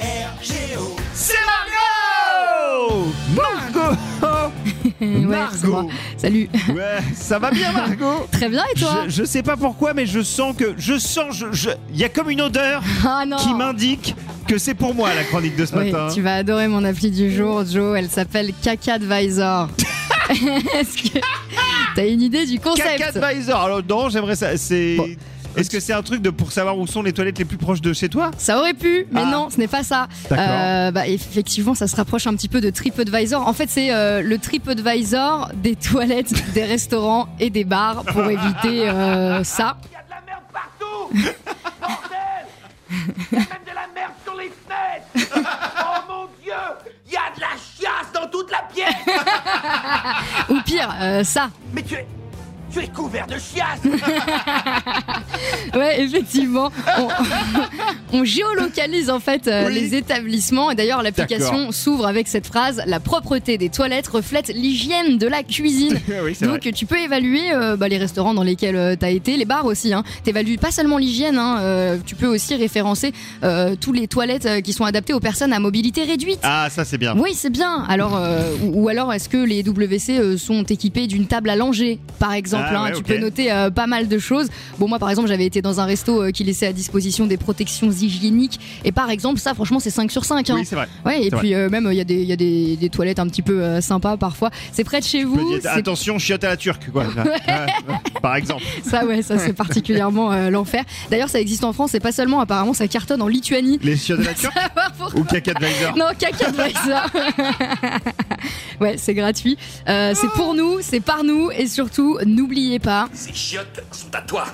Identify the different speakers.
Speaker 1: M-A-R-G-O. C'est
Speaker 2: Margot Margot
Speaker 3: Ouais, c'est moi.
Speaker 2: Margot.
Speaker 3: Salut.
Speaker 2: Ouais, ça va bien Margot
Speaker 3: Très bien et toi
Speaker 2: je, je sais pas pourquoi, mais je sens que. Je sens. Je, je- Il y a comme une odeur
Speaker 3: Ah non.
Speaker 2: qui m'indique que c'est pour moi la chronique de ce
Speaker 3: Oui,
Speaker 2: matin.
Speaker 3: tu vas adorer mon appli du jour, Joe. Elle s'appelle Caca Advisor. Est-ce que t'as une idée du concept
Speaker 2: Caca Advisor. Alors non, j'aimerais ça. C'est.
Speaker 3: Bon.
Speaker 2: Est-ce que c'est un truc de pour savoir où sont les toilettes les plus proches de chez toi
Speaker 3: Ça aurait pu, mais
Speaker 2: Ah.
Speaker 3: non, ce n'est pas ça.
Speaker 2: D'accord.
Speaker 3: Euh, bah, effectivement, ça se rapproche un petit peu de TripAdvisor. En fait, c'est euh, le TripAdvisor des toilettes, des restaurants et des bars pour éviter euh, ça.
Speaker 1: Il y a de la merde partout Bordel Il y a même de la merde sur les fenêtres Oh mon Dieu Il y a de la chiasse dans toute la pièce
Speaker 3: Ou pire, euh, ça.
Speaker 1: Mais tu es... Tu es couvert de chiasse
Speaker 3: Ouais, effectivement. On, on géolocalise en fait euh,
Speaker 2: Oui.
Speaker 3: les établissements. Et d'ailleurs, l'application s'ouvre avec cette phrase La propreté des toilettes reflète l'hygiène de la cuisine.
Speaker 2: Oui, c'est
Speaker 3: Donc tu peux évaluer euh, bah, les restaurants dans lesquels tu as été, les bars aussi. Hein. Tu pas seulement l'hygiène, hein, euh, tu peux aussi référencer euh, tous les toilettes euh, qui sont adaptées aux personnes à mobilité réduite.
Speaker 2: Ah, ça c'est bien.
Speaker 3: Oui, c'est bien. Alors, euh, ou, ou alors, est-ce que les WC euh, sont équipés d'une table à langer, par exemple
Speaker 2: Ah
Speaker 3: hein,
Speaker 2: ouais,
Speaker 3: Tu
Speaker 2: ok.
Speaker 3: peux noter euh, pas mal de choses. Bon, moi, par exemple, j'avais été dans un resto euh, qui laissait à disposition des protections hygiéniques. Et par exemple, ça, franchement, c'est 5 sur 5. hein.
Speaker 2: Oui, c'est vrai.
Speaker 3: ouais, et
Speaker 2: c'est
Speaker 3: puis euh, même, il y a, des, il y a des, des toilettes un petit peu euh, sympas parfois. C'est près de chez
Speaker 2: Je peux
Speaker 3: vous.
Speaker 2: dire,
Speaker 3: c'est-
Speaker 2: Attention, chiotte à la turque, quoi. Ouais, ouais, Par exemple.
Speaker 3: Ça, ouais, ça, c'est particulièrement euh, l'enfer. D'ailleurs, ça existe en France et pas seulement. Apparemment, ça cartonne en Lituanie.
Speaker 2: Les chiottes à la turque
Speaker 3: Savoir pourquoi.
Speaker 2: ou caca advisor
Speaker 3: Non, caca advisor. ouais, c'est gratuit. Euh, c'est pour nous, c'est par nous et surtout, n'oubliez pas.
Speaker 1: Ces chiottes sont à toi